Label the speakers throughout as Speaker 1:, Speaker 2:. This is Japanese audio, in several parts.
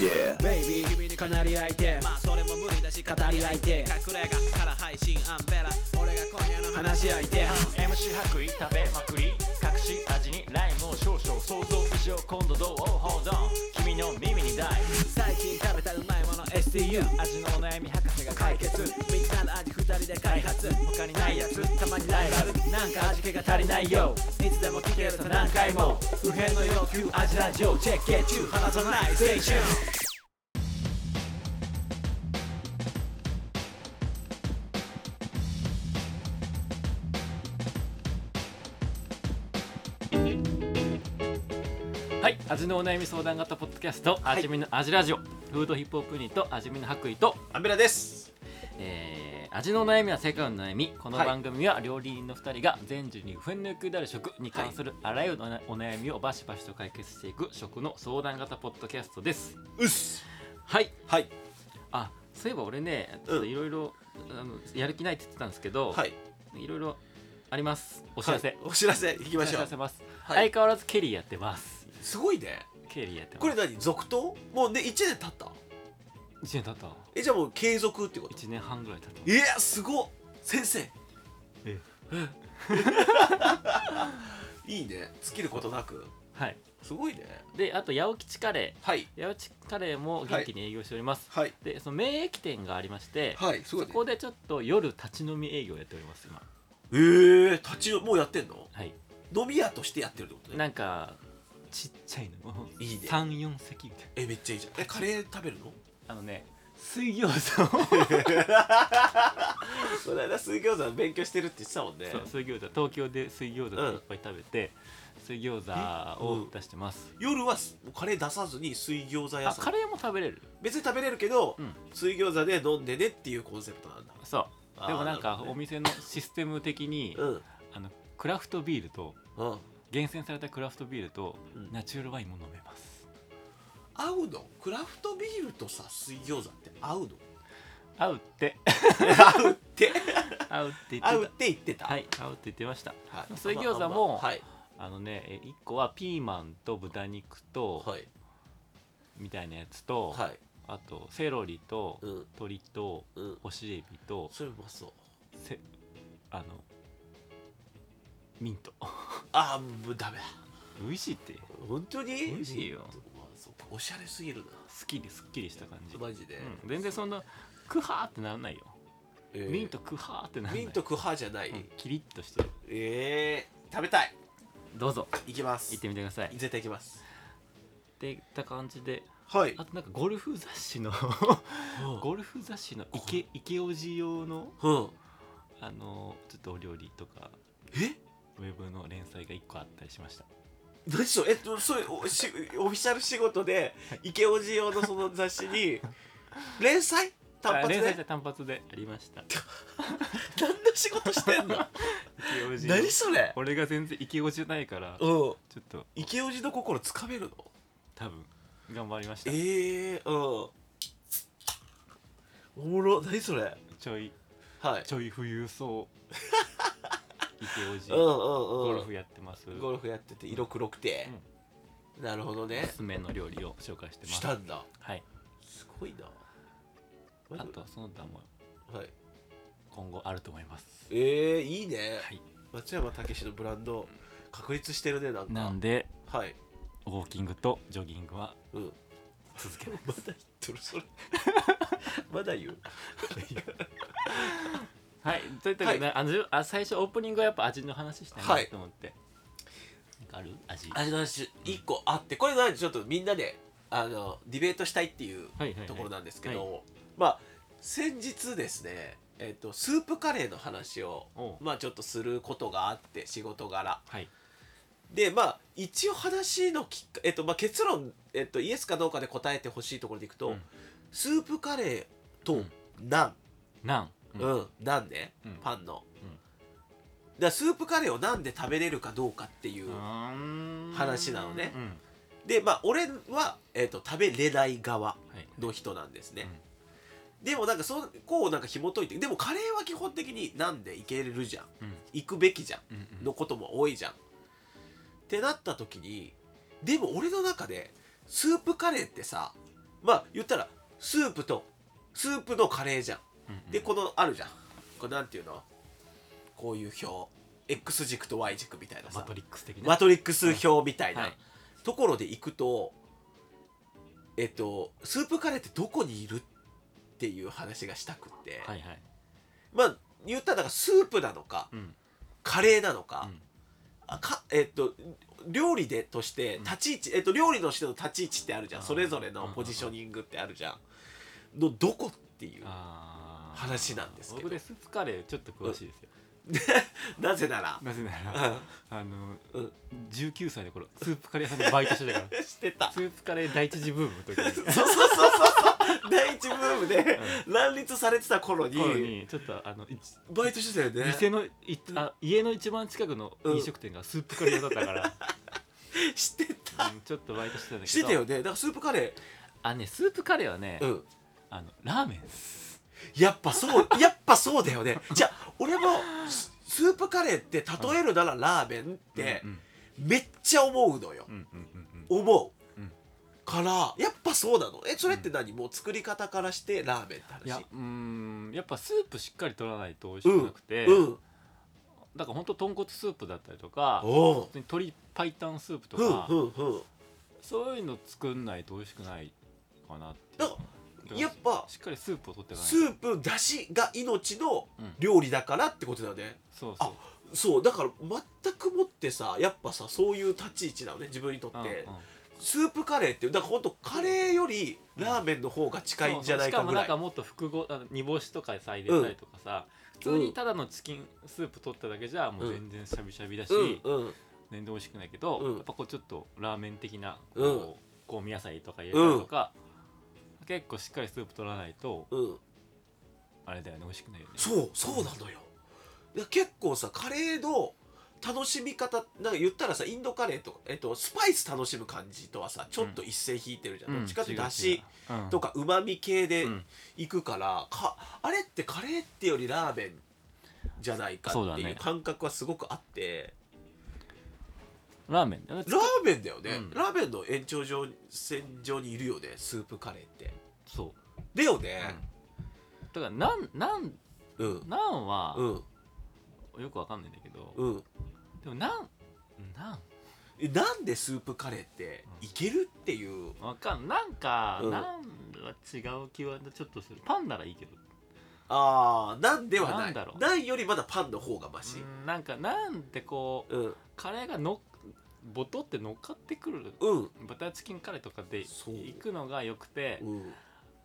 Speaker 1: Yeah
Speaker 2: ベイビー君にかなり相手
Speaker 3: まあそれも無理だし語り合いて隠れ家から配信アンベラ俺が今夜の話し相手
Speaker 4: MC 白衣食べまくり隠し味にライムを少々想像以上今度どう Hold on 君の耳に大
Speaker 3: 最近食べたうまいもの STU
Speaker 4: 味のお悩み博士が
Speaker 3: 解
Speaker 4: 解決
Speaker 3: 決みんなの味二人で開発他にないやつたまにライバルなんか味気が足りないよいつでも聞けると何回も不変の要求味ラジオチェックゲッチュー離さないステーション
Speaker 5: はい味のお悩み相談型ポッドキャスト味見の味ラジオ、フードヒップホップユニット味見の白衣と、
Speaker 1: アンベラです
Speaker 5: えー味のお悩みは世界の悩みこの
Speaker 1: はい
Speaker 5: 番組は料理人の2人が全時に不変の欲求である食に関するあらゆるおなお悩みをバシバシと解決していく食の相談型ポッドキャストです
Speaker 1: うっす
Speaker 5: はい
Speaker 1: はい
Speaker 5: あそういえば俺ねちょっといろいろあのやる気ないって言ってたんですけど、
Speaker 1: はい
Speaker 5: いろいろありますお知らせ、
Speaker 1: はいお知らせいきま
Speaker 5: お
Speaker 1: し
Speaker 5: 知
Speaker 1: ょ
Speaker 5: ら
Speaker 1: う
Speaker 5: せます、
Speaker 1: はい
Speaker 5: 相変わらずケリーやってます
Speaker 1: すごいね
Speaker 5: ケリーやってます
Speaker 1: これ何続投もうね1年経った
Speaker 5: 1年経った
Speaker 1: えじゃあもう継続ってこと
Speaker 5: 1年半ぐらい経った
Speaker 1: いやすごっ先生
Speaker 5: え
Speaker 1: いいね尽きることなく
Speaker 5: はい、
Speaker 1: すごいね
Speaker 5: であと八百吉カレ
Speaker 1: はい
Speaker 5: ー八百吉カレーも元気に営業しております、
Speaker 1: はい
Speaker 5: でその免疫店がありまして、
Speaker 1: はいすごい
Speaker 5: そ
Speaker 1: ね
Speaker 5: こでちょっと夜立ち飲み営業やっております今
Speaker 1: えー、立ち飲もうやってんの
Speaker 5: はい
Speaker 1: 飲み屋としてやってるってことね
Speaker 5: なんかちっちゃいの
Speaker 1: いいね
Speaker 5: 34席みたい
Speaker 1: えめっちゃいいじゃんえカレー食べるの
Speaker 5: なあのね水餃子を
Speaker 1: その間水餃子勉強してるって言ってたもんね
Speaker 5: そう水餃子東京で水餃子をいっぱい食べて、水餃子を出してます、
Speaker 1: 夜はすもうカレー出さずに水餃子屋
Speaker 5: あ
Speaker 1: さ
Speaker 5: カ
Speaker 1: ん
Speaker 5: レーも食べれる
Speaker 1: 別に食べれるけど、
Speaker 5: うん
Speaker 1: 水餃子で飲んでねっていうコンセプトなんだ
Speaker 5: そう
Speaker 1: あー
Speaker 5: でもなん
Speaker 1: なる
Speaker 5: か
Speaker 1: ほどね
Speaker 5: お店のシステム的に、
Speaker 1: うん
Speaker 5: あのクラフトビールと
Speaker 1: うん
Speaker 5: 厳選されたクラフトビールと
Speaker 1: うん
Speaker 5: ナチュラルワインも飲めます、
Speaker 1: 合うのクラフトビールとさ水餃子って合うの
Speaker 5: 合うって
Speaker 1: 合う って
Speaker 5: 合うって言
Speaker 1: 合う
Speaker 5: っ
Speaker 1: ってて言ってた
Speaker 5: たはい合うって言ってました
Speaker 1: はい
Speaker 5: 水餃子も
Speaker 1: はい
Speaker 5: あのねえ1個はピーマンと豚肉と、
Speaker 1: はい
Speaker 5: みたいなやつと、
Speaker 1: はい
Speaker 5: あとセロリと、
Speaker 1: うん
Speaker 5: 鶏と
Speaker 1: うん
Speaker 5: 干しエビと
Speaker 1: それうまそう
Speaker 5: せあのミント
Speaker 1: あーもうダメだ
Speaker 5: 美味しいって好
Speaker 1: 本当に
Speaker 5: 美味しいよ
Speaker 1: まあそうかおしゃれすぎる
Speaker 5: きですっきりした感じ、
Speaker 1: なマジで、
Speaker 5: うん、全然そんなクハーってならないよ、
Speaker 1: えー
Speaker 5: ミントクハーってならない
Speaker 1: ミントクハじゃない、
Speaker 5: うんキリッとしてる
Speaker 1: えー、食べたい
Speaker 5: どうぞ
Speaker 1: 行きます
Speaker 5: 行ってみてくださいっ
Speaker 1: 絶対行きます
Speaker 5: ていった感じで
Speaker 1: はい
Speaker 5: あとなんかゴルフ雑 誌の
Speaker 1: うん
Speaker 5: ゴルフ雑誌の池池おじ用の
Speaker 1: うん
Speaker 5: あのちょっとお料理とか
Speaker 1: え
Speaker 5: ウェブの連載が1個あったりしました
Speaker 1: 何それえっとそういうおしオフィシャル仕事で池おじ用のその雑誌 に連載単
Speaker 5: あ
Speaker 1: 発で
Speaker 5: 連載
Speaker 1: 何
Speaker 5: して
Speaker 1: の
Speaker 5: 単発でありました
Speaker 1: 仕事して んの
Speaker 5: 池おじ
Speaker 1: 何それ
Speaker 5: 俺が全然池おじじゃないからちょ
Speaker 1: うん
Speaker 5: っと
Speaker 1: 池おじの心つかめるの
Speaker 5: 多分頑張りました
Speaker 1: ええー、うんおもろ何それ
Speaker 5: ちょい
Speaker 1: はい
Speaker 5: ちょい富裕 層池おじ
Speaker 1: うんうんうん
Speaker 5: ゴルフやってます
Speaker 1: ゴルフやってて色黒くて、なるほど
Speaker 5: お
Speaker 1: ね
Speaker 5: すすめの料理を紹介してま
Speaker 1: し
Speaker 5: す
Speaker 1: たんだ
Speaker 5: はい
Speaker 1: すごいな
Speaker 5: あとその他も
Speaker 1: はい
Speaker 5: 今後あると思います
Speaker 1: えー、いいね、
Speaker 5: はい
Speaker 1: 松山武史のブランド確立してるねなんか
Speaker 5: なんで
Speaker 1: はい
Speaker 5: ウォーキングとジョギングは
Speaker 1: うん
Speaker 5: 続けます
Speaker 1: まだ言ってる それまだ言う
Speaker 5: はいといったことで、あのじゅあ最初オープニングはやっぱ味の話したい
Speaker 1: はい
Speaker 5: なと思って、なんかある味
Speaker 1: 味の話一個あってこれなんでちょっとみんなであのディベートしたいっていう
Speaker 5: はいはいはい
Speaker 1: ところなんですけど、
Speaker 5: は
Speaker 1: まあ先日ですねえっとスープカレーの話を
Speaker 5: おう
Speaker 1: まあちょっとすることがあって仕事柄
Speaker 5: はい
Speaker 1: でまあ一応話のきっかえっとまあ結論、えっと、イエスかどうかで答えてほしいところでいくと、
Speaker 5: うん
Speaker 1: スープカレーと
Speaker 5: ん
Speaker 1: ナン
Speaker 5: なん、う
Speaker 1: うん、ナンね、
Speaker 5: うん
Speaker 1: パンの、
Speaker 5: うん
Speaker 1: だからスープカレーをナンで食べれるかどうかっていう、
Speaker 5: ん
Speaker 1: 話なのね
Speaker 5: うん
Speaker 1: でまあ俺は、えっと食べれない側
Speaker 5: はい
Speaker 1: の人なんですね、でもなんかそこをなんか紐解いてでもカレーは基本的になんでいけるじゃん
Speaker 5: うん
Speaker 1: 行くべきじゃん
Speaker 5: うんうん
Speaker 1: のことも多いじゃん。ってなった時にでも俺の中でスープカレーってさまあ言ったらスープとスープのカレーじゃん、でこのあるじゃんこれなんていうのこういう表 X 軸と Y 軸みたいなさ
Speaker 5: マトリックス的な
Speaker 1: マトリックス表みたい
Speaker 5: は
Speaker 1: ないところで行くとえっとスープカレーってどこにいるっていう話がしたくって、
Speaker 5: はいはい
Speaker 1: まあ言ったらだからスープなのか
Speaker 5: うん
Speaker 1: カレーなのか,、
Speaker 5: うん
Speaker 1: あかえっと料理でとして立ち位置、えっと料理としての立ち位置ってあるじゃん
Speaker 5: あー
Speaker 1: それぞれのポジショニングってあるじゃんのどこっていう
Speaker 5: あー
Speaker 1: 話なんですけど
Speaker 5: 僕でスープカレーちょっと詳しいですよ
Speaker 1: なぜなら
Speaker 5: なぜなら
Speaker 1: う
Speaker 5: あの
Speaker 1: うん
Speaker 5: 19歳の頃スープカレー屋さんでバイトしてたか
Speaker 1: んしてた
Speaker 5: らスープカレー第一次ブームの時に
Speaker 1: そうそうそうそう第一ブームで乱立されてた頃に
Speaker 5: 頃にちょっとあのい
Speaker 1: バイトしてたよね
Speaker 5: 店のいあ家の一番近くの飲食店がスープカレー屋だったから、
Speaker 1: してた
Speaker 5: うんちょっとバイトしてたんだけど
Speaker 1: してたよねだからスープカレ
Speaker 5: あねスープカレーはね、
Speaker 1: ーうん
Speaker 5: あのラーメンです
Speaker 1: やっぱそうやっぱそうだよねじゃあ俺もススープカレーって例えるならラーメンって
Speaker 5: うん
Speaker 1: めっちゃ思うのよ
Speaker 5: うんうんうんうん
Speaker 1: 思う、
Speaker 5: うん
Speaker 1: からやっぱそうなのえそれって何、もう作り方からしてラーメンって
Speaker 5: いや
Speaker 1: 話
Speaker 5: うーんやっぱスープしっかり取らないと美味しくなくて、
Speaker 1: うん
Speaker 5: だからほんと豚骨スープだったりとか普
Speaker 1: おう
Speaker 5: 通に鶏白湯スープと
Speaker 1: ふん
Speaker 5: か、
Speaker 1: ふんふん
Speaker 5: そういうの作んないと美味しくないかなって
Speaker 1: だからやっぱ
Speaker 5: しっかりスープを取っていかない
Speaker 1: ス
Speaker 5: と
Speaker 1: ープだしが命の料理だからってことだよね、
Speaker 5: そうそう
Speaker 1: そうだから全くもってさやっぱさそういう立ち位置なのね自分にとって、
Speaker 5: うんうん
Speaker 1: スープカレーってだからほんとカレーよりラーメンの方が近いんじゃないかぐらい
Speaker 5: そうそうしかもなんかもっと複合あの煮干しとかさ入れたりとかさ、普通にただのチキンスープ取っただけじゃもう全然しゃびしゃびだし、
Speaker 1: うんうん
Speaker 5: 全然美味しくないけど、
Speaker 1: うん
Speaker 5: やっぱこうちょっとラーメン的なこ
Speaker 1: う
Speaker 5: う、
Speaker 1: ん
Speaker 5: 香味野菜とか入れたりとか、結構しっかりスープ取らないと
Speaker 1: うん
Speaker 5: あれだよね美味しくないよね
Speaker 1: そうそうなのよいや結構さカレーの楽しみ方なんか言ったらさインドカレーとか、えっと、スパイス楽しむ感じとはさちょっと一線引いてるじゃん、
Speaker 5: うん
Speaker 1: どっちかっていうと
Speaker 5: 違う
Speaker 1: だし
Speaker 5: 違ううん
Speaker 1: とかうまみ系で
Speaker 5: うん
Speaker 1: いくから、かあれってカレーってよりラーメンじゃないか
Speaker 5: そう
Speaker 1: っ
Speaker 5: だ
Speaker 1: てい
Speaker 5: ね
Speaker 1: う感覚はすごくあって、
Speaker 5: ラーメンだよね
Speaker 1: ラーメンだよね、
Speaker 5: うん
Speaker 1: ラーメンの延長上線上にいるよねスープカレーって
Speaker 5: そう
Speaker 1: だよね
Speaker 5: だからなんなん
Speaker 1: うん
Speaker 5: なんは
Speaker 1: うん
Speaker 5: よくわかんないんだけど、
Speaker 1: うん
Speaker 5: でもなんなん
Speaker 1: えなんでスープカレーっていけるっていう
Speaker 5: わかんなんか、
Speaker 1: うん
Speaker 5: なんは違う気はちょっとするパンならいいけど
Speaker 1: あーなんではな
Speaker 5: ないんだろう
Speaker 1: ないよりまだパンの方がマシ
Speaker 5: うんなんかなんでこう
Speaker 1: うん
Speaker 5: カレーがのボトって乗っかってくる
Speaker 1: うん
Speaker 5: バターチキンカレーとかで
Speaker 1: そう
Speaker 5: 行くのがよくて
Speaker 1: うん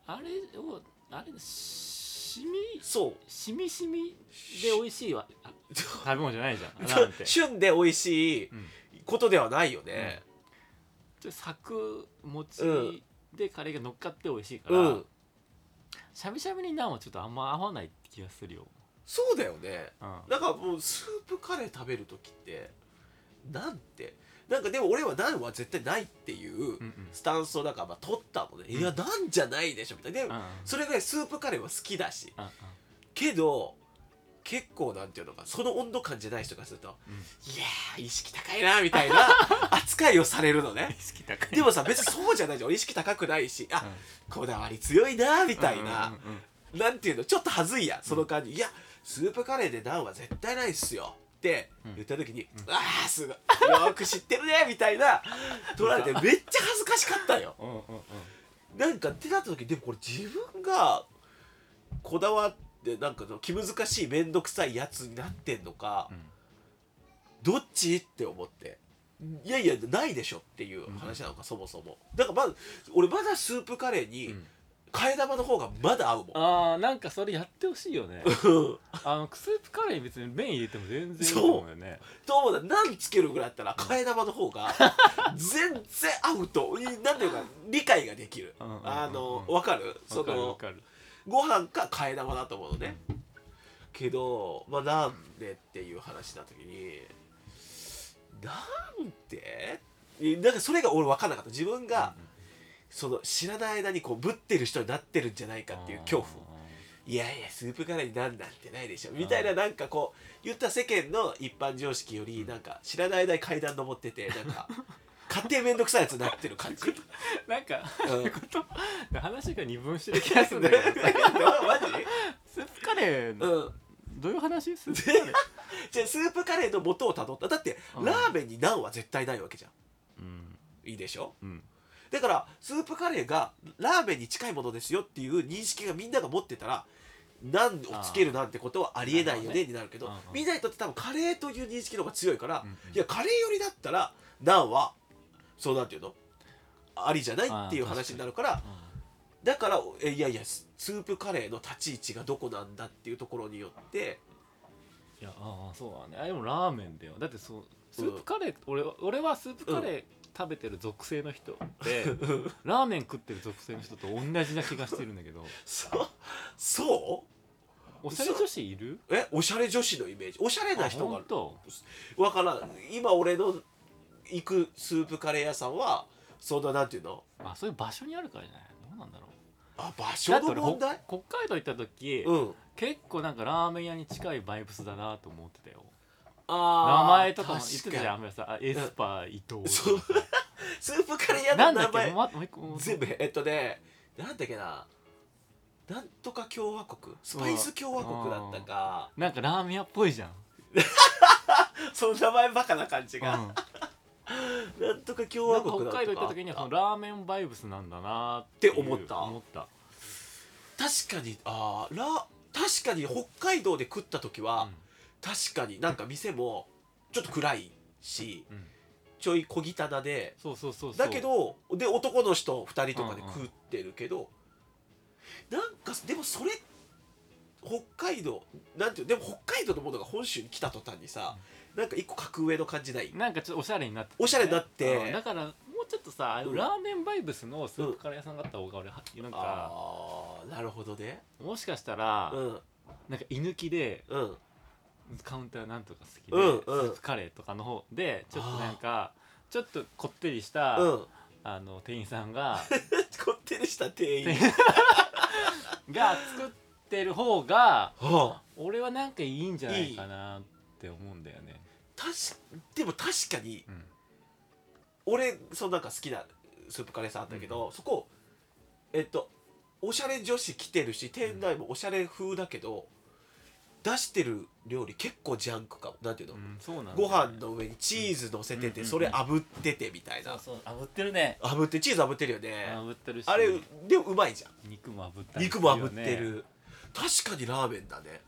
Speaker 5: あれをあれしみ
Speaker 1: そう
Speaker 5: しみしみで美味しいわあ食べ物じゃない じゃんなんて
Speaker 1: 旬で美味しい
Speaker 5: うん
Speaker 1: ことではないよね
Speaker 5: ちょっとサクもち
Speaker 1: うん
Speaker 5: でカレーが乗っかって美味しいか
Speaker 1: う
Speaker 5: ら、
Speaker 1: ん、
Speaker 5: しゃびしゃびにナンはちょっとあんま合わない気がするよ、
Speaker 1: そうだよね
Speaker 5: うん、
Speaker 1: なんかもうスープカレー食べる時ってなんてなんかでも俺はなんは絶対ないっていう
Speaker 5: うんうん
Speaker 1: スタンスをなんかまあ取ったのね、いやなんじゃないでしょみたいなでも、
Speaker 5: うん
Speaker 1: それぐらいスープカレーは好きだし
Speaker 5: うんうん
Speaker 1: けど結構なんていうのかその温度感じゃない人からすると、
Speaker 5: ん
Speaker 1: いやー意識高いなみたいな 扱いをされるのね
Speaker 5: 意識高い
Speaker 1: でもさ別にそうじゃないじゃん俺意識高くないしあ、こだわり強いなみたいな、
Speaker 5: うんうんうん
Speaker 1: なんていうのちょっとはずいやんその感じ、いやスープカレーでナンは絶対ないっすよって言った時に「ああすごいよく知ってるね」みたいな取られてめっちゃ恥ずかしかったよ
Speaker 5: うんうんうん
Speaker 1: なんかってなった時でもこれ自分がこだわってなんかその気難しい面倒くさいやつになってんのか、
Speaker 5: ん
Speaker 1: どっちって思っていやいやないでしょっていう話なのか、そもそもだからまず俺まだスープカレーに
Speaker 5: ん
Speaker 1: 替え玉の方がまだ合うもん、
Speaker 5: あーなんかそれやってほしいよ ね
Speaker 1: うん
Speaker 5: あのスープカレーに別に麺入れても全然いいと思うよね
Speaker 1: どうだ何つけるぐらいだったら替え玉の方が 全然合うと何ていうか理解ができる
Speaker 5: うんうんうんうん
Speaker 1: あの分かるそ
Speaker 5: わかるわ
Speaker 1: の
Speaker 5: かる
Speaker 1: ご飯か替え玉だと思うのねけどまあなんでっていう話な時になんでえなんかそれが俺分かんなかった自分がその知らない間にこうぶってる人になってるんじゃないかっていう恐怖いやいやスープカレーになんなんてないでしょみたいななんかこ う言った世間の一般常識よりなんか知らない間に階段登っててなんか家庭めんどくさいやつになってる感じ
Speaker 5: なんか、
Speaker 1: うん
Speaker 5: そういうこと話が二分してる気がするんだけどさ
Speaker 1: マジ
Speaker 5: スープカレー の、
Speaker 1: うん
Speaker 5: どういう話スープカレー
Speaker 1: でじゃあスープカレーの元をたどっただって、
Speaker 5: うん
Speaker 1: ラーメンにナンは絶対ないわけじゃん
Speaker 5: うん
Speaker 1: いいでしょ
Speaker 5: うん
Speaker 1: だからスープカレーがラーメンに近いものですよっていう認識がみんなが持ってたらナンをつけるなんてことはありえないよねになるけど
Speaker 5: なるほどね
Speaker 1: みんなにとって多分カレーという認識の方が強いから、
Speaker 5: うんうん
Speaker 1: いやカレーよりだったらナンはそうなんていうのありじゃないっていう
Speaker 5: あー確か
Speaker 1: 話
Speaker 5: に
Speaker 1: になるから
Speaker 5: うん
Speaker 1: だからえいやいやススープカレーの立ち位置がどこなんだっていうところによって
Speaker 5: いやああそうだねあでもラーメンだよだってそうスープカレー、俺は俺はスープカレー食べてる属性の人って、ラーメン食ってる属性の人と同じな気がしてるんだけど
Speaker 1: そそ
Speaker 5: おしゃれ女子いる
Speaker 1: うえおしゃれ女子のイメージおしゃれな人
Speaker 5: あ
Speaker 1: が
Speaker 5: ほんと
Speaker 1: わからん今俺の行くスープカレー屋さんはそんななんていうの
Speaker 5: あそういう場所にあるからじゃないどうなんだろう
Speaker 1: あ場所の問
Speaker 5: だっ
Speaker 1: 題
Speaker 5: て俺ほ北海道行った時、
Speaker 1: うん
Speaker 5: 結構なんかラーメン屋に近いバイブスだなと思ってたよ名
Speaker 1: あ
Speaker 5: 前とかも言ってたじゃんあ
Speaker 1: ん
Speaker 5: んまりさあエスパー伊藤
Speaker 1: そう
Speaker 5: とかさ
Speaker 1: スープカレー屋
Speaker 5: な
Speaker 1: の
Speaker 5: んだ
Speaker 1: 名
Speaker 5: っけ
Speaker 1: 前
Speaker 5: もうまもう一個
Speaker 1: 全部えっとねなんだっけななんとか共和国スパイス共和国だったか
Speaker 5: なんかラーメン屋っぽいじゃん、
Speaker 1: その名前バカな感じが、
Speaker 5: うん
Speaker 1: なんとか共
Speaker 5: な
Speaker 1: 和
Speaker 5: ん
Speaker 1: 国だ
Speaker 5: か北
Speaker 1: ったか
Speaker 5: 海道行った時にはそのラーメンバイブスなんだなーっい
Speaker 1: っ
Speaker 5: う
Speaker 1: て思った
Speaker 5: 思った
Speaker 1: 確かにあーラ確かに北海道で食った時は、確かになんか店もちょっと暗いし
Speaker 5: うんうん
Speaker 1: ちょい小汚で
Speaker 5: そうそうそうそう
Speaker 1: だけどで男の人2人とかで
Speaker 5: うんうん
Speaker 1: 食ってるけど、なんかでもそれ北海道なんていうでも北海道のものが本州に来た途端にさ、なんか一個格上の感じない
Speaker 5: なんかちょっとおしゃれになってたね
Speaker 1: おしゃれになって
Speaker 5: うんだからもうちょっとさあの
Speaker 1: うん
Speaker 5: ラーメンバイブスのスープカレー屋さんがあった方が俺はなんか
Speaker 1: ああなるほどね
Speaker 5: もしかしたら
Speaker 1: うん
Speaker 5: なんか居抜きで
Speaker 1: うん
Speaker 5: カウンターなんとか好きで
Speaker 1: うんうん
Speaker 5: スープカレーとかの方でちょっとなんかちょっとこって りした
Speaker 1: うん
Speaker 5: あの店員さん が
Speaker 1: こってりした店員
Speaker 5: 店が作ってる方が
Speaker 1: はあ
Speaker 5: 俺はなんかいいんじゃないかなって思うんだよね
Speaker 1: 確でも確かに
Speaker 5: うん
Speaker 1: 俺そのなんか好きなスープカレー屋さんあったけど、そこえっとおしゃれ女子来てるし店内もおしゃれ風だけど、出してる料理結構ジャンクかもなんていうの、
Speaker 5: うんそうなんだ
Speaker 1: ご
Speaker 5: よ
Speaker 1: 飯の上にチーズ乗せてて、
Speaker 5: うん
Speaker 1: それ炙っててみたいな、
Speaker 5: そうそう炙ってるね
Speaker 1: 炙ってチーズ炙ってるよね、
Speaker 5: 炙ってるし
Speaker 1: あれでもうまいじゃん
Speaker 5: 肉も炙ったり
Speaker 1: 肉
Speaker 5: するよ
Speaker 1: も炙
Speaker 5: ね
Speaker 1: ってる確かにラーメンだね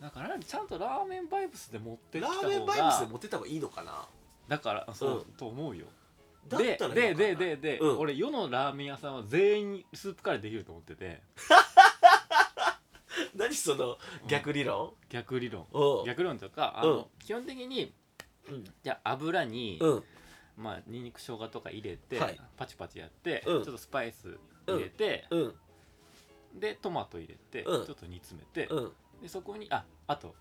Speaker 5: だからちゃんとラーメンバイブスで持ってきた
Speaker 1: ラ
Speaker 5: 方
Speaker 1: ー
Speaker 5: が
Speaker 1: メンバイブスで持ってた方がいいのかな
Speaker 5: だからそう、
Speaker 1: うん
Speaker 5: と思うよ
Speaker 1: だったらいいのかな
Speaker 5: ででででで、
Speaker 1: うん
Speaker 5: 俺世のラーメン屋さんは全員スープカレーできると思ってて
Speaker 1: 何その逆理論、
Speaker 5: 逆理論
Speaker 1: うん
Speaker 5: 逆理論というかあの、
Speaker 1: うん
Speaker 5: 基本的に
Speaker 1: うん
Speaker 5: じゃあ油に、
Speaker 1: うん
Speaker 5: まあニンニク生姜とか入れて、
Speaker 1: はい
Speaker 5: パチパチやって、
Speaker 1: うん
Speaker 5: ちょっとスパイス入れて、
Speaker 1: うん
Speaker 5: でトマト入れて、
Speaker 1: うん
Speaker 5: ちょっと煮詰めて、
Speaker 1: うん
Speaker 5: でそこにああと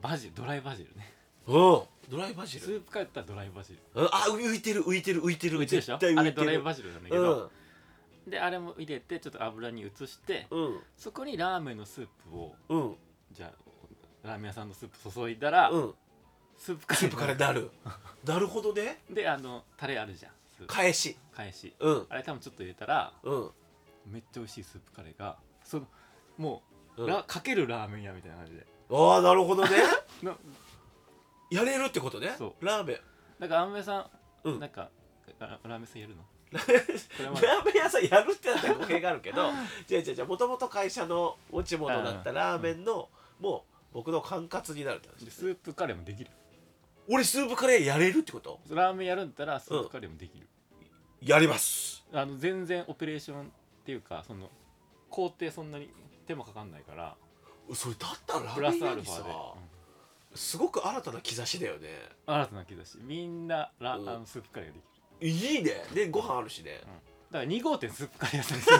Speaker 5: バジルドライバジルね
Speaker 1: おドライバジル
Speaker 5: スープカレーだったらドライバジル
Speaker 1: うんあ浮いてる浮いてる浮いてる
Speaker 5: 浮いてるでしょ
Speaker 1: 絶対
Speaker 5: あ
Speaker 1: 浮
Speaker 5: れ
Speaker 1: いて
Speaker 5: ド
Speaker 1: る
Speaker 5: ライバジルなんだけど、であれも入れてちょっと油に移して
Speaker 1: うんうん
Speaker 5: そこにラーメンのスープを
Speaker 1: うん
Speaker 5: じゃあラーメン屋さんのスープ注いだら、
Speaker 1: うん
Speaker 5: スープカレー
Speaker 1: スープからな るなるほどね
Speaker 5: であのタレあるじゃんスープ
Speaker 1: 返し
Speaker 5: 返し
Speaker 1: うん
Speaker 5: あれ多分ちょっと入れたら
Speaker 1: うん
Speaker 5: めっちゃ美味しいスープカレーがそのも
Speaker 1: うん
Speaker 5: う、ラかけるラーメン屋みたいな感じで
Speaker 1: ああなるほどね
Speaker 5: な
Speaker 1: やれるってことね
Speaker 5: そう
Speaker 1: ラーメン
Speaker 5: だからあんめさん、
Speaker 1: うん
Speaker 5: なんかあラーメン屋さんやる のこれ
Speaker 1: ラ
Speaker 5: まで
Speaker 1: ーメン屋さんやるってなったら語弊がある けどじゃあじゃあじゃあもともと会社の持ち物だったラーメンのもう僕の管轄になるって話
Speaker 5: でスープカレーもできる
Speaker 1: 俺スープカレーやれるってこと
Speaker 5: ラーメンやるんだったらスープカレーもできる、
Speaker 1: やります
Speaker 5: あの全然オペレーションっていうかその工程そんなに手もかかんないから
Speaker 1: それだったらラ
Speaker 5: プ
Speaker 1: ー
Speaker 5: ラ
Speaker 1: メン
Speaker 5: スア
Speaker 1: 屋
Speaker 5: ル
Speaker 1: に
Speaker 5: ファ
Speaker 1: さ
Speaker 5: で、うん
Speaker 1: すごく新たな兆しだよね
Speaker 5: 新たな気だしみんなラ、
Speaker 1: うん
Speaker 5: あのスープカレーができる
Speaker 1: いいねでご飯あるしね
Speaker 5: だから2号店スープカレー屋さ んにする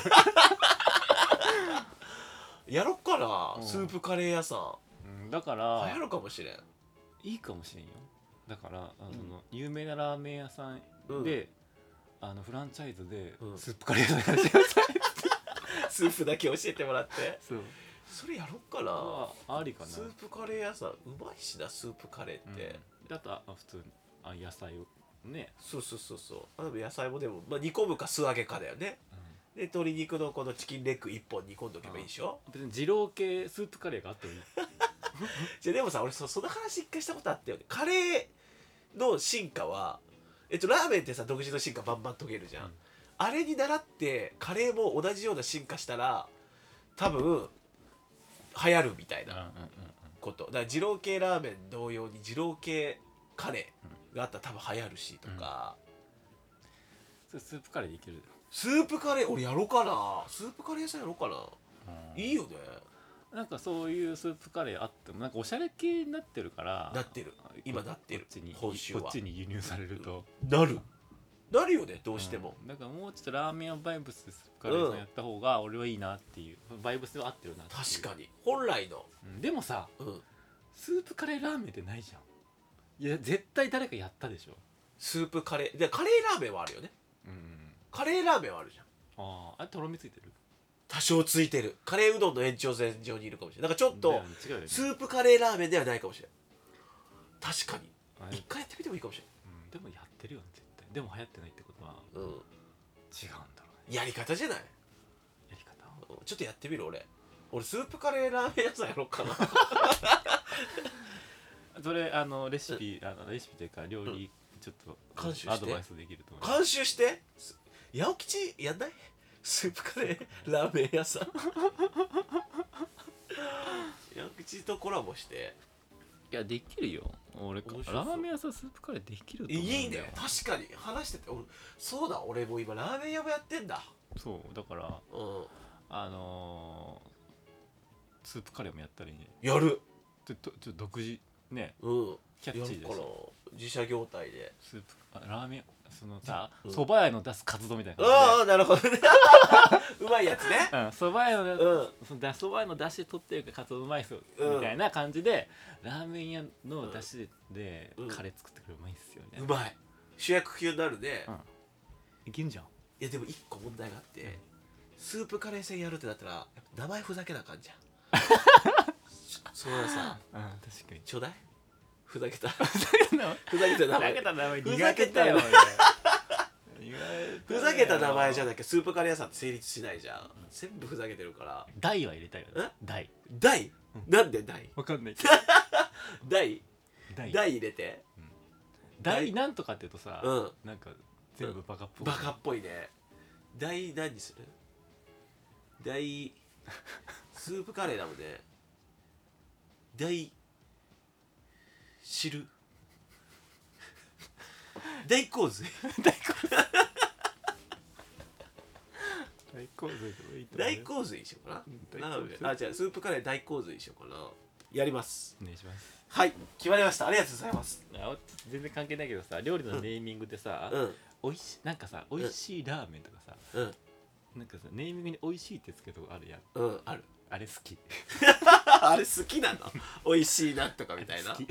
Speaker 1: やろっかな、
Speaker 5: うん
Speaker 1: スープカレー屋さん
Speaker 5: うんだか
Speaker 1: 流
Speaker 5: ら
Speaker 1: 行るかもしれん
Speaker 5: いいかもしれんよだからあの、その有名なラーメン屋さんで、あのフランチャイズで
Speaker 1: うん
Speaker 5: スープカレー屋さんやってください
Speaker 1: スープだけ教えてもら って
Speaker 5: そう
Speaker 1: それやろっかな
Speaker 5: あありかな
Speaker 1: スープカレー屋さんうまいしなスープカレーって、
Speaker 5: うんだとあ普通にあ野菜をね
Speaker 1: そうそうそうそうあでも野菜もでも、まあ、煮込むか素揚げかだよね、で鶏肉のこのチキンレッグ1本煮込んどけばいいでしょ、
Speaker 5: 別に二郎系スープカレーがあってもいい
Speaker 1: じゃあでもさ俺そその話一回したことあったよねカレーの進化はえっとラーメンってさ独自の進化バンバン遂げるじゃん、
Speaker 5: うん
Speaker 1: あれに倣ってカレーも同じような進化したら多分流行るみたいなことだから二郎系ラーメン同様に二郎系カレーがあったら多分流行るしとか、
Speaker 5: それスープカレーでいける
Speaker 1: スープカレー俺やろうかなスープカレー屋さんやろうかな、いいよね
Speaker 5: なんかそういうスープカレーあってもなんかおしゃれ系になってるから
Speaker 1: なってる今なってる
Speaker 5: こっちに
Speaker 1: 本州は
Speaker 5: こっちに輸入されると、
Speaker 1: なるなるよねどうしても、
Speaker 5: うんだからもうちょっとラーメン屋バイブスでスープカレー屋さんやった方が俺はいいなっていう、バイブスは合ってるなっていう
Speaker 1: 確かに本来の
Speaker 5: うんでもさ
Speaker 1: うん
Speaker 5: スープカレーラーメンってないじゃんいや絶対誰かやったでしょ、
Speaker 1: スープカレーでカレーラーメンはあるよね
Speaker 5: うん、
Speaker 1: カレーラーメンはあるじゃん
Speaker 5: あああれとろみついてる
Speaker 1: 多少ついてるカレーうどんの延長線上にいるかもしれないだからちょっ
Speaker 5: だ
Speaker 1: と
Speaker 5: よね違うよね
Speaker 1: スープカレーラーメンではないかもしれない確かに
Speaker 5: あれ
Speaker 1: 一回やってみてもいいかもし
Speaker 5: うんでもやってるよね絶対でも流行ってないってことは
Speaker 1: れない、うん、
Speaker 5: 違うんだろうね
Speaker 1: やり方じゃない
Speaker 5: やり方
Speaker 1: うんちょっとやってみる俺俺スープカレーラーメン屋さんやろうかな
Speaker 5: それあのレシピあのレシピというか料理ちょっと
Speaker 1: 監修して
Speaker 5: アドバイスできると思います
Speaker 1: 監修してす八百吉やんないスープカレーラーメン屋さん八百吉とコラボして
Speaker 5: いやできるよ俺か
Speaker 1: 面白そう
Speaker 5: ラーメン屋さんスープカレーできると思うんだよ
Speaker 1: いいね確かに話してて俺そうだ俺も今ラーメン屋もやってんだ
Speaker 5: そうだか
Speaker 1: う
Speaker 5: ら
Speaker 1: ん
Speaker 5: あのースープカレーもやったらいいね
Speaker 1: やる
Speaker 5: ちょちょちょ独自ね
Speaker 1: うん
Speaker 5: キャッチー
Speaker 1: や
Speaker 5: だ
Speaker 1: る
Speaker 5: し
Speaker 1: から自社業態で
Speaker 5: スープあラーメンそのさ
Speaker 1: うん
Speaker 5: そば、屋の出すカツ丼みたいな
Speaker 1: あ
Speaker 5: 感
Speaker 1: あなるほどね うまいやつね
Speaker 5: じでそば、蕎麦屋の
Speaker 1: うん
Speaker 5: そのだそば屋の出汁取ってるからカツ丼うまいっすよ、
Speaker 1: うん
Speaker 5: みたいな感じでラーメン屋の出汁で
Speaker 1: うん
Speaker 5: カレー作ってくれるうまいっすよね、
Speaker 1: うまい主役級になるね、
Speaker 5: うんいけんじゃん
Speaker 1: いやでも一個問題があって、スープカレー戦やるってなったらやっぱ名前ふざけな感 じじゃんそうださ
Speaker 5: うん確かに
Speaker 1: ちょうだいふざけ た
Speaker 5: ふ
Speaker 1: ふざけた名前
Speaker 5: ざけた名前
Speaker 1: ふざけた
Speaker 5: よ
Speaker 1: よ
Speaker 5: 俺苦手
Speaker 1: ふざけた名前じゃ
Speaker 5: ん
Speaker 1: なきゃスープカレー屋さんって成立しないじゃん全部ふざけてるから
Speaker 5: 大は入れたいよね
Speaker 1: え
Speaker 5: 大
Speaker 1: 大なんで大
Speaker 5: わかんない
Speaker 1: 大
Speaker 5: 大
Speaker 1: 大入れて
Speaker 5: 大なんとかって言うとさ、
Speaker 1: うん
Speaker 5: なんか全部バカっぽい、
Speaker 1: バカっぽいね大何にする大スープカレーだもんね大汁大洪 水
Speaker 5: 大洪水でもいいと思う
Speaker 1: 大
Speaker 5: よ
Speaker 1: 洪水にしようか
Speaker 5: うん
Speaker 1: な
Speaker 5: 大
Speaker 1: ラー
Speaker 5: 洪
Speaker 1: メ
Speaker 5: 水
Speaker 1: ンあじゃあスープカレー大洪水にしようかなやります
Speaker 5: お願いします
Speaker 1: はい決まりましたありがとうございます
Speaker 5: あ全然関係ないけどさ料理のネーミングでさ、
Speaker 1: うん
Speaker 5: おいしなんかさおいしいラーメンとかさ、
Speaker 1: うん
Speaker 5: なんかさネーミングに「おいしい」ってつけるとこあるやん
Speaker 1: うんある
Speaker 5: あれ好き
Speaker 1: あれ好きなの 美味しいなとかみたいな
Speaker 5: 好き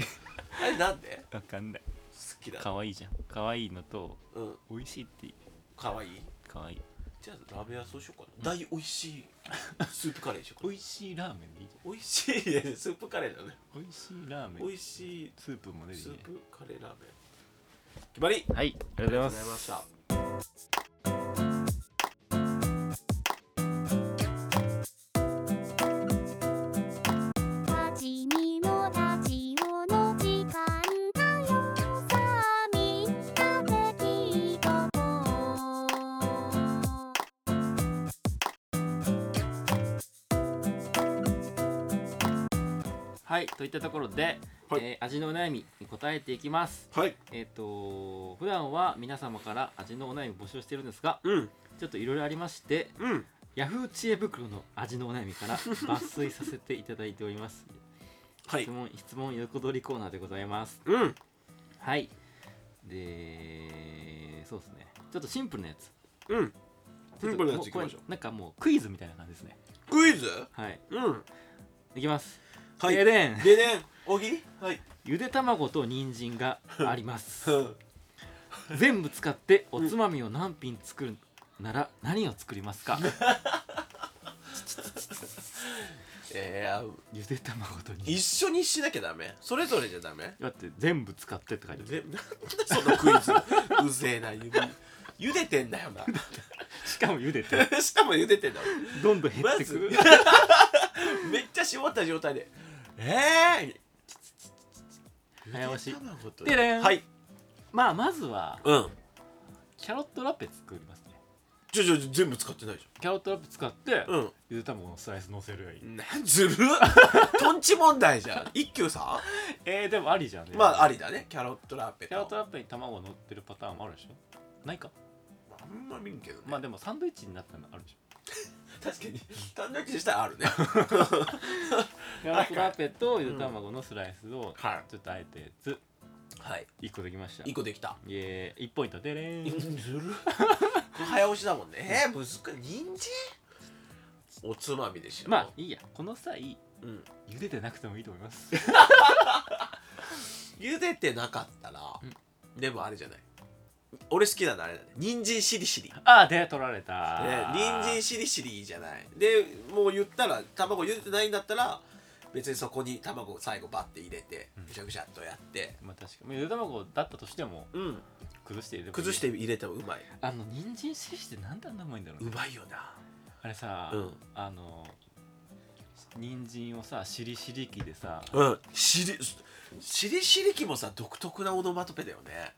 Speaker 1: あれなんで
Speaker 5: わかんない
Speaker 1: 好きだ
Speaker 5: 可愛いじゃん可愛いのと
Speaker 1: うん
Speaker 5: 「おいしい」って
Speaker 1: かわいい
Speaker 5: 可愛い
Speaker 1: じゃあラーメン屋そうしようかな、大美味しいスープカレーでしょ
Speaker 5: おいしいラーメンでいいじ
Speaker 1: 美味しいねスープカレーだね
Speaker 5: ゃんおいしいラーメ
Speaker 1: 美
Speaker 5: ン
Speaker 1: 味しい
Speaker 5: スープも出る
Speaker 1: ス
Speaker 5: よ
Speaker 1: ー
Speaker 5: ね
Speaker 1: プカレーラーメン決まりあり
Speaker 5: はいありがとうござ
Speaker 1: がとう
Speaker 5: い
Speaker 1: ご
Speaker 5: ます
Speaker 1: ざいました
Speaker 6: 立ちにも立ちをの時間だよさあみんなで聞いとこう
Speaker 5: はいといったところで、
Speaker 1: はい
Speaker 5: えー味のお悩みに答えていきます
Speaker 1: はい
Speaker 5: えっ、と普段は皆様から味のお悩み募集してるんですが
Speaker 1: うん
Speaker 5: ちょっといろいろありまして
Speaker 1: うん
Speaker 5: ヤフー知恵袋の味のお悩 みから抜粋させていただいております
Speaker 1: は
Speaker 5: 質問質問横取りコーナーでございます
Speaker 1: うん
Speaker 5: はいでそうですねちょっとシンプルなやつ
Speaker 1: うん
Speaker 5: ちょっと
Speaker 1: シンプルなやついきましょう
Speaker 5: もこれなんかもうクイズみたいな感じですね
Speaker 1: クイズ
Speaker 5: はい
Speaker 1: うん
Speaker 5: いきます
Speaker 1: はい
Speaker 5: で
Speaker 1: でね
Speaker 5: でん
Speaker 1: 大喜利はい
Speaker 5: ゆで卵と人参がありま す
Speaker 1: うん
Speaker 5: 全部使っておつまみを何品作るなら何を作りますか
Speaker 1: えー、
Speaker 5: ゆで卵とに
Speaker 1: 一緒にしなきゃダメそれぞれじゃダメ
Speaker 5: だって全部使ってって書いてある
Speaker 1: ぜなんだそのクイズうぜえなゆゆでてんだよな
Speaker 5: しかもゆで て
Speaker 1: しかもゆでてんだよ
Speaker 5: どんどん減っ
Speaker 1: ま
Speaker 5: て
Speaker 1: ず
Speaker 5: くる、
Speaker 1: めっちゃ絞った状態でえー、
Speaker 5: 早押し
Speaker 1: ゆで卵と
Speaker 5: てれん
Speaker 1: はい
Speaker 5: まあまずは
Speaker 1: うん
Speaker 5: キャロットラペ作りますね
Speaker 1: ちょちょちょ全部使ってないじ
Speaker 5: キャロットラペ使って、
Speaker 1: ゃんうん
Speaker 5: ゆで卵のスライス乗せるより
Speaker 1: なんずるっ とんち問題じゃん一休さ
Speaker 5: えー、でもありじゃんね
Speaker 1: んまあありだねキャロットラペ
Speaker 5: キャロットラペに卵乗ってるパターンもあるでしょないか
Speaker 1: あんま見んけどね、
Speaker 5: まあでもサンドイッチになったのあるでしょ
Speaker 1: 確かに単独したらあるね
Speaker 5: キャロットラペとゆで卵のスライスを
Speaker 1: はい
Speaker 5: ちょっとあえたやつ
Speaker 1: はい
Speaker 5: 1個できました
Speaker 1: 一個できた
Speaker 5: イエーイ1ポイントでれーん
Speaker 1: ずる早押しだもんねえー、難しい人参おつまみでしょ
Speaker 5: まあいいやこの際
Speaker 1: うん、
Speaker 5: 茹でてなくてもいいと思います
Speaker 1: 茹でてなかったら、でもあれじゃない俺好きなのあれだね人参しりしりね
Speaker 5: ああで取られた
Speaker 1: 人参しりしりいいじゃないでもう言ったら卵茹でてないんだったら別にそこに卵を最後バッて入れてぐしゃぐしゃっとやって
Speaker 5: まあ確かにゆで卵だったとしても
Speaker 1: うん
Speaker 5: 崩して入れればいい
Speaker 1: 崩して入れてもうまい
Speaker 5: あの人参シリシってなんであんなうまいんだろう
Speaker 1: う
Speaker 5: ね
Speaker 1: まいよな
Speaker 5: あれさ、
Speaker 1: うん
Speaker 5: あの人参をさしりしり器でさ
Speaker 1: うんしりしりしりきもさ独特なオノマトペだよ ね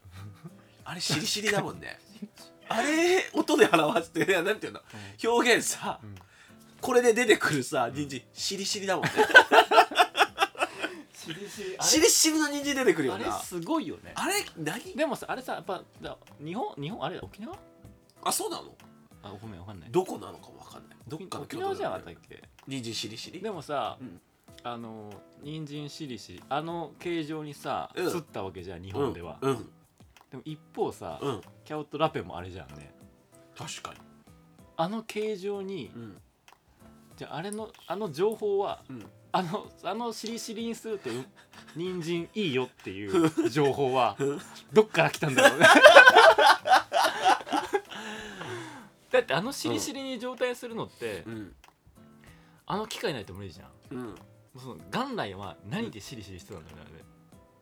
Speaker 1: あれしりしりだもんねあれ音で表すっていやなんていうの表現さ、
Speaker 5: ん
Speaker 1: これで出てくるさ人参しりしりだもん ね
Speaker 5: しりしり
Speaker 1: しりしりの人参出てくるよ
Speaker 5: あれ
Speaker 1: な
Speaker 5: すごいよね
Speaker 1: あれ何
Speaker 5: でもさあれさやっぱだ日本日本あれ沖縄
Speaker 1: あそうなの
Speaker 5: あごめんわかんない
Speaker 1: どこなのかもわかんないどっかの
Speaker 5: 沖縄じゃなかった
Speaker 1: だ
Speaker 5: っ
Speaker 1: よね
Speaker 5: け
Speaker 1: 人参しりしり
Speaker 5: でもさ、
Speaker 1: うん
Speaker 5: あの人参しりしりあの形状にさ
Speaker 1: うん
Speaker 5: す、ったわけじゃん日本では、
Speaker 1: うんうん、
Speaker 5: でも一方さ、
Speaker 1: うん、
Speaker 5: キャロットラペもあれじゃんね
Speaker 1: 確か
Speaker 5: あの形状に、
Speaker 1: にうん
Speaker 5: じゃああれのあの情報は
Speaker 1: うん
Speaker 5: あのあのしりしりにする とう人参いいよっていう情報はどっから来たんだろ うねだってあのしりしりに状態するのって、
Speaker 1: うん
Speaker 5: あの機械ないと無理じゃん
Speaker 1: うん
Speaker 5: もうその元来は何でしりしりしてたんだろうね、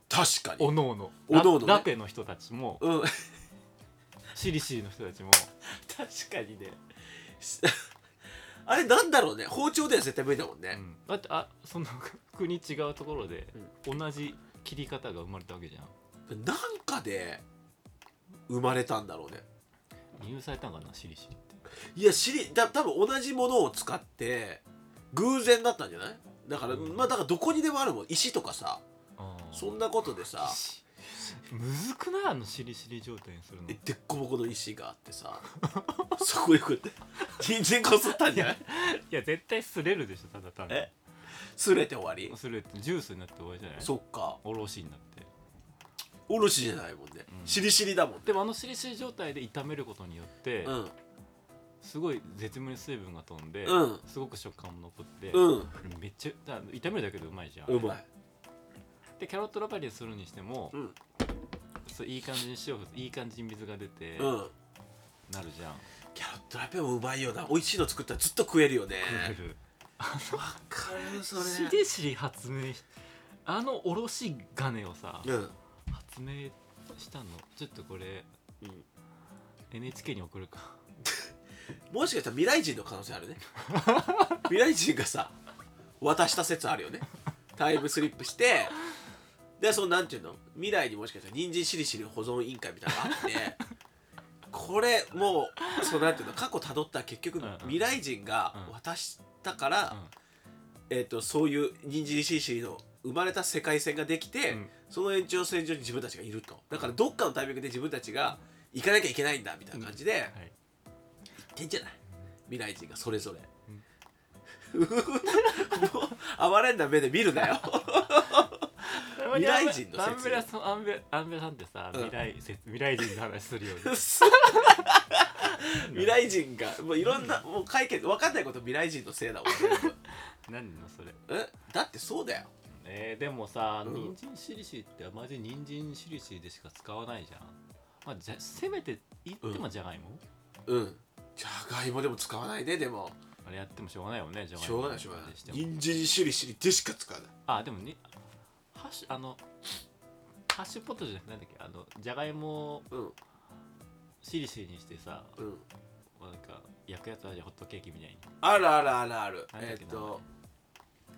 Speaker 1: 確かに
Speaker 5: おのおの
Speaker 1: おのおのね
Speaker 5: ララペの人たちも
Speaker 1: うん確
Speaker 5: しりしりの人たちも
Speaker 1: かにね あれなんだろうね包丁では絶対無理だもんね、
Speaker 5: うんだってあその 国違うところで同じ切り方が生まれたわけじゃん
Speaker 1: なんかで生まれたんだろうね
Speaker 5: 理由されたんかなしりしりって
Speaker 1: いや知りだ多分同じものを使って偶然だったんじゃないだから、
Speaker 5: うん
Speaker 1: まあだからどこにでもあるもん石とかさ
Speaker 5: あー
Speaker 1: そんなことでさ
Speaker 5: し むずくないあのしりしり状態にするの
Speaker 1: えでっこぼこの石があってさ そこにこうやって人参こすったんじゃない
Speaker 5: いや絶対すれるでしょただ単に
Speaker 1: えすれて終わり
Speaker 5: すれってジュースになって終わりじゃない
Speaker 1: そっか
Speaker 5: おろしになって
Speaker 1: おろしじゃないもんね
Speaker 5: うん
Speaker 1: しりしりだもんね
Speaker 5: でもあのしりしり状態で炒めることによって、
Speaker 1: うん
Speaker 5: すごい絶妙に水分が飛んで、
Speaker 1: うん
Speaker 5: すごく食感も残って、
Speaker 1: うん
Speaker 5: めっちゃだ炒めるだけでうまいじゃん
Speaker 1: うまい
Speaker 5: でキャロットラペにするにしても、
Speaker 1: うん
Speaker 5: そういい感じに塩振いい感じに水が出て、
Speaker 1: うん
Speaker 5: なるじゃん、
Speaker 1: キャロットラペもうまいよな美味しいの作ったらずっと食えるよね
Speaker 5: くる
Speaker 1: かるそ
Speaker 5: しりしり発明しあのおろし金をさ、
Speaker 1: うん
Speaker 5: 発明したのちょっとこれ、
Speaker 1: うん
Speaker 5: NHK に送るか
Speaker 1: もしかしたら未来人の可能性ある ね未来人がさ渡した説あるよねタイムスリップしてでそのなんていうの未来にもしかしたら人参しりしり保存委員会みたいなのがあってこれもうそのなんていうの過去たどったら結局
Speaker 5: うんうん
Speaker 1: 未来人が
Speaker 5: うん
Speaker 1: 渡したから、えっとそういう人参しりしりの生まれた世界線ができて、
Speaker 5: うん
Speaker 1: その延長線上に自分たちがいるとだからどっかのタイミングで自分たちが行かなきゃいけないんだみたいな感じで、
Speaker 5: はい
Speaker 1: ってんじゃない未来人がそれぞれ、
Speaker 5: ん
Speaker 1: もう哀れんだ目で見るなよ未来人の説
Speaker 5: アンベラさんアンベアンベラさんってさ
Speaker 1: うん
Speaker 5: 未来説未来人の話するよね
Speaker 1: 未来人がもういろんなもう解決分かんないこと未来人のせいだもん全部
Speaker 5: 何のそれ
Speaker 1: えだってそうだよ
Speaker 5: えー、でもさ、
Speaker 1: うん
Speaker 5: 人参しりしりってマジ人参しりしりでしか使わないじゃんまあじゃせめて言ってもじゃがいも、
Speaker 1: うんじゃがいもでも使わないねでも
Speaker 5: ああれやってもしょうがないよねじゃが
Speaker 1: し
Speaker 5: いも
Speaker 1: ょうがないしょうがない
Speaker 5: しても
Speaker 1: 人参しりしりでしか使わない
Speaker 5: あでもねハッシュあのハッシュポテトじゃなくてなんだっけあのじゃがいもを
Speaker 1: うん
Speaker 5: しりしりにしてさ
Speaker 1: うん
Speaker 5: なんか焼くやつあるじゃんホットケーキみたいに
Speaker 1: あるあるあるある
Speaker 5: なんだ
Speaker 1: えー
Speaker 5: っけ
Speaker 1: っ
Speaker 5: な
Speaker 1: と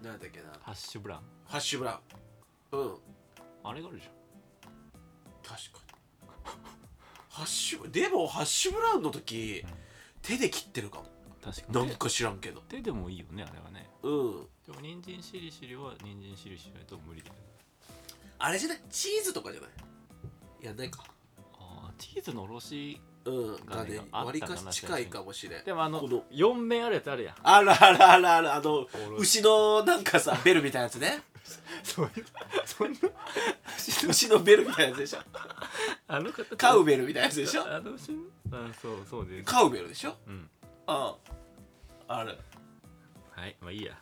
Speaker 1: なんだっけな
Speaker 5: ハッシュブラン
Speaker 1: ハッシュブラウンうん
Speaker 5: あれがあるじゃん
Speaker 1: 確かにハッシュでもハッシュブラウンの時手で切ってるかも
Speaker 5: 確か
Speaker 1: なん
Speaker 5: に
Speaker 1: か知らんけど
Speaker 5: 手手でもいいよねあれはね
Speaker 1: うん
Speaker 5: でも人参しりしりは人参しりしないと無理だよね
Speaker 1: あれじゃないチーズとかじゃないいやないか
Speaker 5: あーチーズのおろし
Speaker 1: うんがね
Speaker 5: がねあったんだな
Speaker 1: 割かし近いかもしれん
Speaker 5: でもあ
Speaker 1: こ
Speaker 5: の
Speaker 1: の
Speaker 5: 四面あるやつあるや ん
Speaker 1: あるあるあるあるあの
Speaker 5: ろし
Speaker 1: 牛のなんかさベルみたいなやつ ね
Speaker 5: そういうそんな
Speaker 1: 牛のベルみたいなやつでしょ
Speaker 5: あの方
Speaker 1: カウベルみたいなやつでしょ
Speaker 5: あの牛あそうそうです
Speaker 1: カウベルでしょ
Speaker 5: うん
Speaker 1: うんある
Speaker 5: はいまあいいや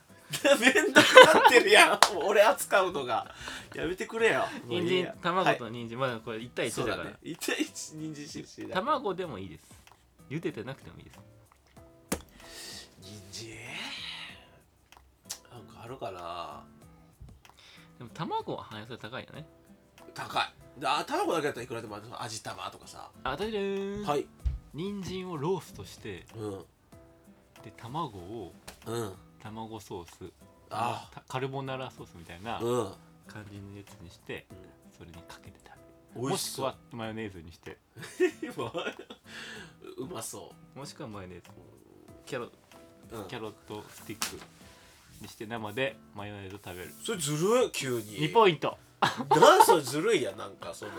Speaker 1: めんどくなってるやんもう俺扱うのがやめてくれよもう
Speaker 5: 人
Speaker 1: いい
Speaker 5: 参
Speaker 1: や
Speaker 5: 卵と人参、まだこれ1対
Speaker 1: そ
Speaker 5: 1
Speaker 1: う
Speaker 5: だか
Speaker 1: だ
Speaker 5: ら、
Speaker 1: ね一対一人参しりしりだ
Speaker 5: 卵でもいいです茹でてなくてもいいです
Speaker 1: 人参なんかあるかな
Speaker 5: でも卵は汎用性高いよね
Speaker 1: 高いであ卵だけだったらいくらでもあるの味玉とかさ
Speaker 5: あ私です
Speaker 1: はい
Speaker 5: 人参をローストして
Speaker 1: うん
Speaker 5: で卵を
Speaker 1: うん
Speaker 5: 卵ソース
Speaker 1: あ
Speaker 5: たカルボナーラソースみたいな
Speaker 1: うん
Speaker 5: 感じのやつにしてそれにかけて食べる
Speaker 1: 美
Speaker 5: も
Speaker 1: 味
Speaker 5: し
Speaker 1: し
Speaker 5: く
Speaker 1: そう
Speaker 5: はマヨネーズにして
Speaker 1: うまそ
Speaker 5: もしくはマヨネーズキャロ
Speaker 1: う、うん
Speaker 5: キャロットスティックにして生でマヨネーズ食べる
Speaker 1: それずるい急に
Speaker 5: 2ポイント
Speaker 1: なんそれずるいやんなんかその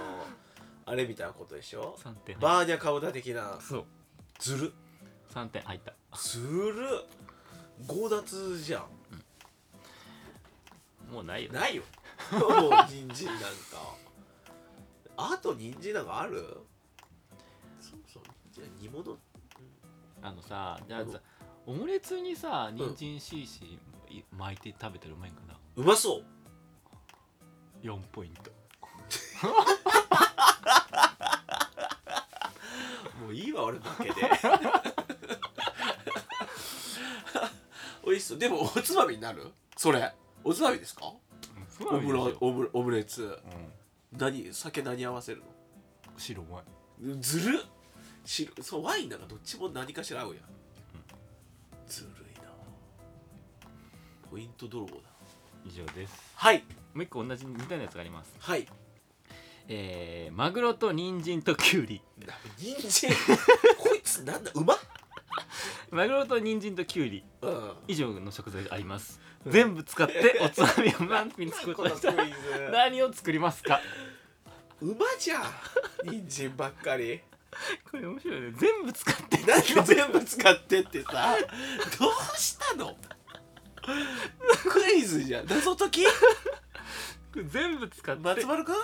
Speaker 1: あれみたいなことでしょ
Speaker 5: 3点入っ
Speaker 1: バーニャカウダ的な
Speaker 5: たそう
Speaker 1: ずる
Speaker 5: 3点入った
Speaker 1: ずる強奪じゃん
Speaker 5: もうないよね
Speaker 1: ないよもう人参なんかあと人参なんかあるそうそうじゃあ煮物
Speaker 5: あのさじゃあ
Speaker 1: うん
Speaker 5: さオムレツにさ人参シーシーい巻いて食べたらうまいんかな
Speaker 1: うまそう
Speaker 5: 4ポイント
Speaker 1: もういいわ俺負けで 美味しそうでもおつまみになるそれおつまみですかオムラオムオムレツ何酒何合わせる
Speaker 5: 白ワイ
Speaker 1: のずるっ白そうワインなんかどっちも何かしら合うやん、ずるいなポイント泥棒だ
Speaker 5: 以上です
Speaker 1: はい
Speaker 5: もう一個同じ似たようなやつがあります
Speaker 1: はい
Speaker 5: えー、マグロと人参とキュウリ
Speaker 1: 人参こいつなんだうまっ
Speaker 5: マグロと人参とキュウリ
Speaker 1: うん
Speaker 5: 以上の食材があります全部使っておつまみを満品作っ
Speaker 1: この
Speaker 5: た
Speaker 1: クイズ
Speaker 5: 人何を作りますか
Speaker 1: 馬じゃん人参ばっかり
Speaker 5: これ面白いね全部使って
Speaker 1: なんで全部使ってってさどうしたのクイズじゃん謎解き
Speaker 5: これ全部使って
Speaker 1: 松丸くん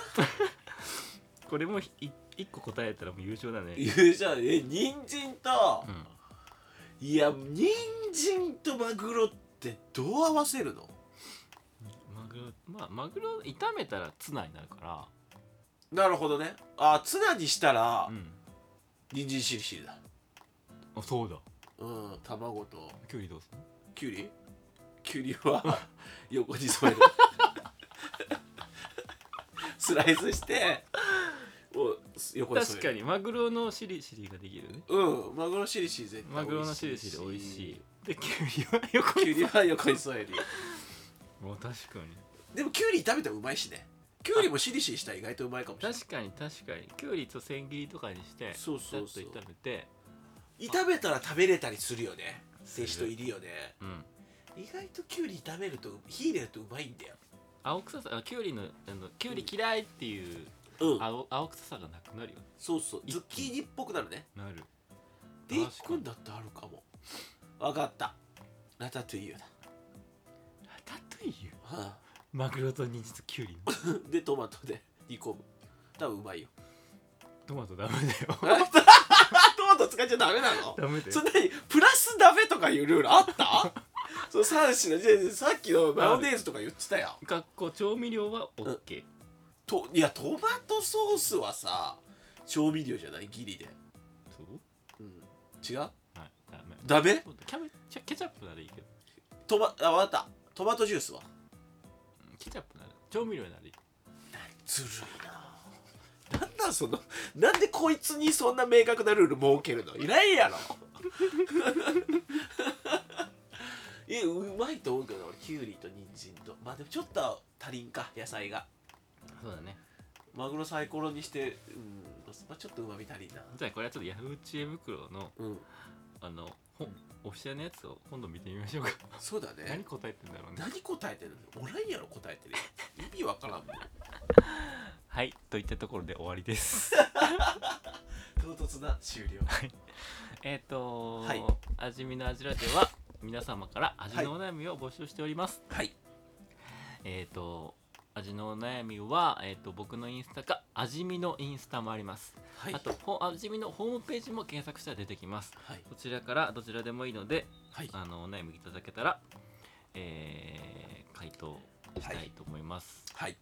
Speaker 5: これもい一個答えたらもう優勝だね
Speaker 1: 言うじゃんえ人参と、
Speaker 5: ん
Speaker 1: いや人参とマグロってどう合わせるの
Speaker 5: マグロまあマグロ炒めたらツナになるか
Speaker 1: なるほどねあツナにしたら、
Speaker 5: らうん
Speaker 1: 人参しりしりだ
Speaker 5: あそうだ
Speaker 1: うん卵と
Speaker 5: キュウリどうする
Speaker 1: きゅうりきゅうり は横に添えるスライスしてを横に添える
Speaker 5: 確かにマグロのシリシリができるね
Speaker 1: うん、マグロシリシリ絶対
Speaker 5: マグロのシリシリ美味しいでキュウリは横
Speaker 1: キュウ
Speaker 5: に
Speaker 1: リは横に添えるよ
Speaker 5: もう確かに
Speaker 1: でもキュウリ炒めてもうまいしねキュウリもシリシリしたら意外とうまいかもしれない
Speaker 5: 確かに確かにキュウリと千切りとかにして
Speaker 1: そうそうそう
Speaker 5: ちょっと炒めて
Speaker 1: 炒めたら食べれたりするよね
Speaker 5: する
Speaker 1: 性人いるよね
Speaker 5: うん
Speaker 1: 意外とキュウリ炒めると火入れるとうまいんだよ
Speaker 5: 青臭さあキュウリのあのキュウリ嫌いっていう
Speaker 1: うん
Speaker 5: 青青臭さがなくなるよ
Speaker 1: そうそう
Speaker 5: 一気
Speaker 1: ズ
Speaker 5: に
Speaker 1: ッキーニっぽくなるね
Speaker 5: なる
Speaker 1: で
Speaker 5: 確
Speaker 1: い
Speaker 5: かに
Speaker 1: くんだってあるかもわかったラタトゥイユだ、
Speaker 5: ラタトゥイユ
Speaker 1: は
Speaker 5: マグロと人参とキュウリの
Speaker 1: あでトマトで煮込む多分うまいよ
Speaker 5: トマトダメだよ
Speaker 1: トマト使っちゃダメなの
Speaker 5: ダメだよ
Speaker 1: そんなにプラスダメとかいうルールあった そう三種のじゃあさっきのマヨネーズとか言ってたやん
Speaker 5: 学校調味料は OK、
Speaker 1: といやトマトソースはさ調味料じゃないギリで、
Speaker 5: そ
Speaker 1: う
Speaker 5: う
Speaker 1: ん、違う
Speaker 5: はいダメ
Speaker 1: ダメ
Speaker 5: キャベツケチャチャップならいいけど
Speaker 1: トマあわかったトマトジュースは
Speaker 5: うんケチャップなら調味料ならいい
Speaker 1: ずるいななんなんそのなんでこいつにそんな明確なルール設けるのいないやろ いやうまいと思うけど俺きゅうりと人参とまあでもちょっと足りんか野菜が
Speaker 5: そうだね
Speaker 1: マグロサイコロにしてうん、まあ、ちょっとうまみ足りんな
Speaker 5: じゃあこれはちょっとヤフー知恵袋の
Speaker 1: うん
Speaker 5: あのほオフィシャルのやつを今度見てみましょうか
Speaker 1: そうだ
Speaker 5: 何
Speaker 1: ね
Speaker 5: 答えてんだろうね
Speaker 1: 何答えてるのおらんやろ答えてるやつ意味わからんもん
Speaker 5: はいといったところで終わりです
Speaker 1: 唐突な終了
Speaker 5: えっと
Speaker 1: はい
Speaker 5: 味見の味ラジオは皆様から味のお悩みを募集しております、
Speaker 1: はい
Speaker 5: えっ、と味のお悩みは、えー、と僕のインスタか味見のインスタもあります、
Speaker 1: はい
Speaker 5: あとほ味見のホームページも検索したら出てきます
Speaker 1: はい
Speaker 5: こちらからどちらでもいいので
Speaker 1: はい
Speaker 5: あのお悩みいただけたら、えー回答したいと思います
Speaker 1: はい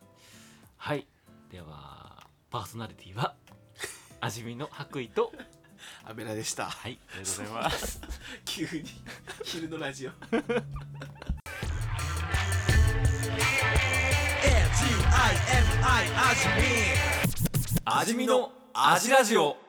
Speaker 5: はい、ではパーソナリティは味見の白衣と
Speaker 1: アメラでした
Speaker 5: はいありがとうございます
Speaker 1: 急に昼のラジオ
Speaker 3: AGIMI 味見
Speaker 5: 味見の味ラジオ